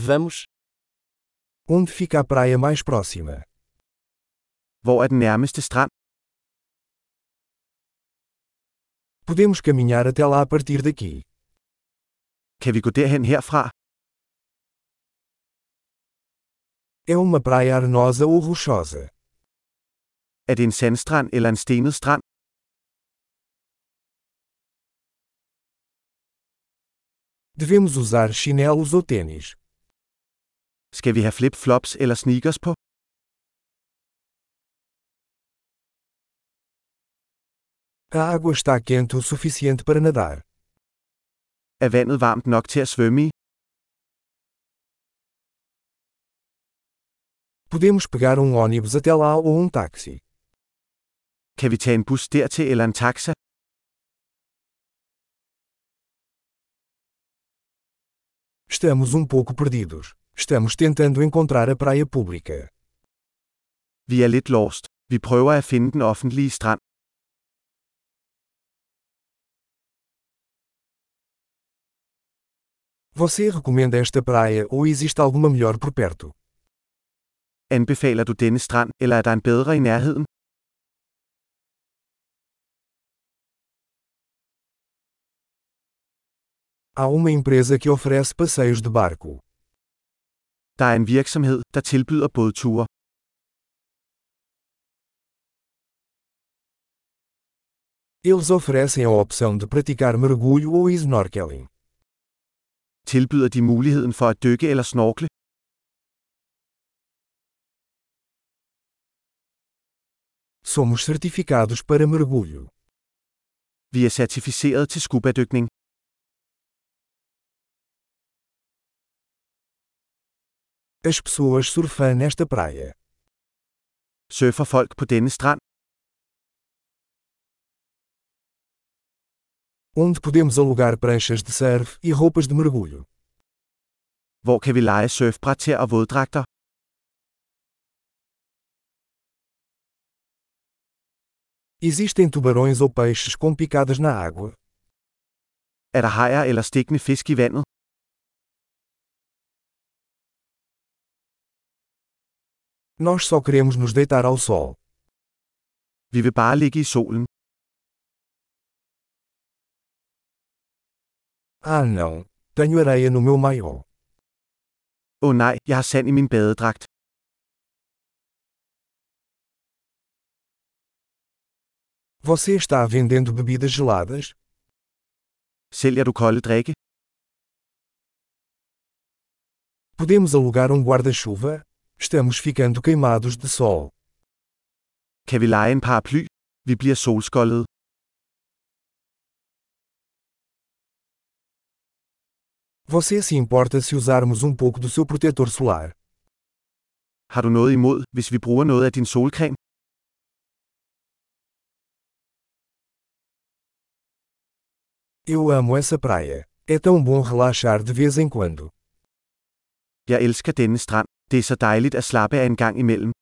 Vamos. Onde fica a praia mais próxima? Hvor er den nærmeste strand? Podemos caminhar até lá a partir daqui. Kan vi gå derhen herfra? É uma praia arenosa ou rochosa. Er det en sandstrand eller en stenet strand? Devemos usar chinelos ou tênis. Skal vi have flip-flops eller sneakers på? A água está quente o suficiente para nadar. Er vandet varmt nok til at svømme i? Podemos pegar um ônibus até lá ou um táxi. Kan vi tage en bus dertil eller en taxa? Estamos um pouco perdidos. Estamos tentando encontrar a praia pública. Vi er lidt lost. Vi prøver at finde den offentlige strand. Você recomenda esta praia ou existe alguma melhor por perto? Anbefaler du denne strand, eller er der en bedre i nærheden? Há uma empresa que oferece passeios de barco. Der er en virksomhed, der tilbyder både ture. Eles oferecem a opção de praticar mergulho ou snorkeling. Tilbyder de muligheden for at dykke eller snorkle? Somos certificados para mergulho. Vi er certificeret til skubadykning. As pessoas surfam nesta praia. Surfer folk på denne strand? Onde podemos alugar pranchas de surf e roupas de mergulho. Hvor kan vi lege surfbræt til og våddragter? Existem tubarões ou peixes com picadas na água. Er der hajer eller stikkende fisk i vandet? Nós só queremos nos deitar ao sol. Vi vil bare ligge i solen. Ah, não. Tenho areia no meu maiô. Åh oh nej, jeg har sand i min badedragt. Você está vendendo bebidas geladas? Sælger du kolde drikke? Podemos alugar um guarda-chuva? Estamos ficando queimados de sol. Kan vi lege en paraply? Vi bliver solskoldede. Você se importa se usarmos um pouco do seu protetor solar? Har du noget imod, hvis vi bruger noget af din solcreme? Eu amo essa praia. É tão bom relaxar de vez em quando. Jeg elsker denne strand. Det er så dejligt at slappe af en gang imellem.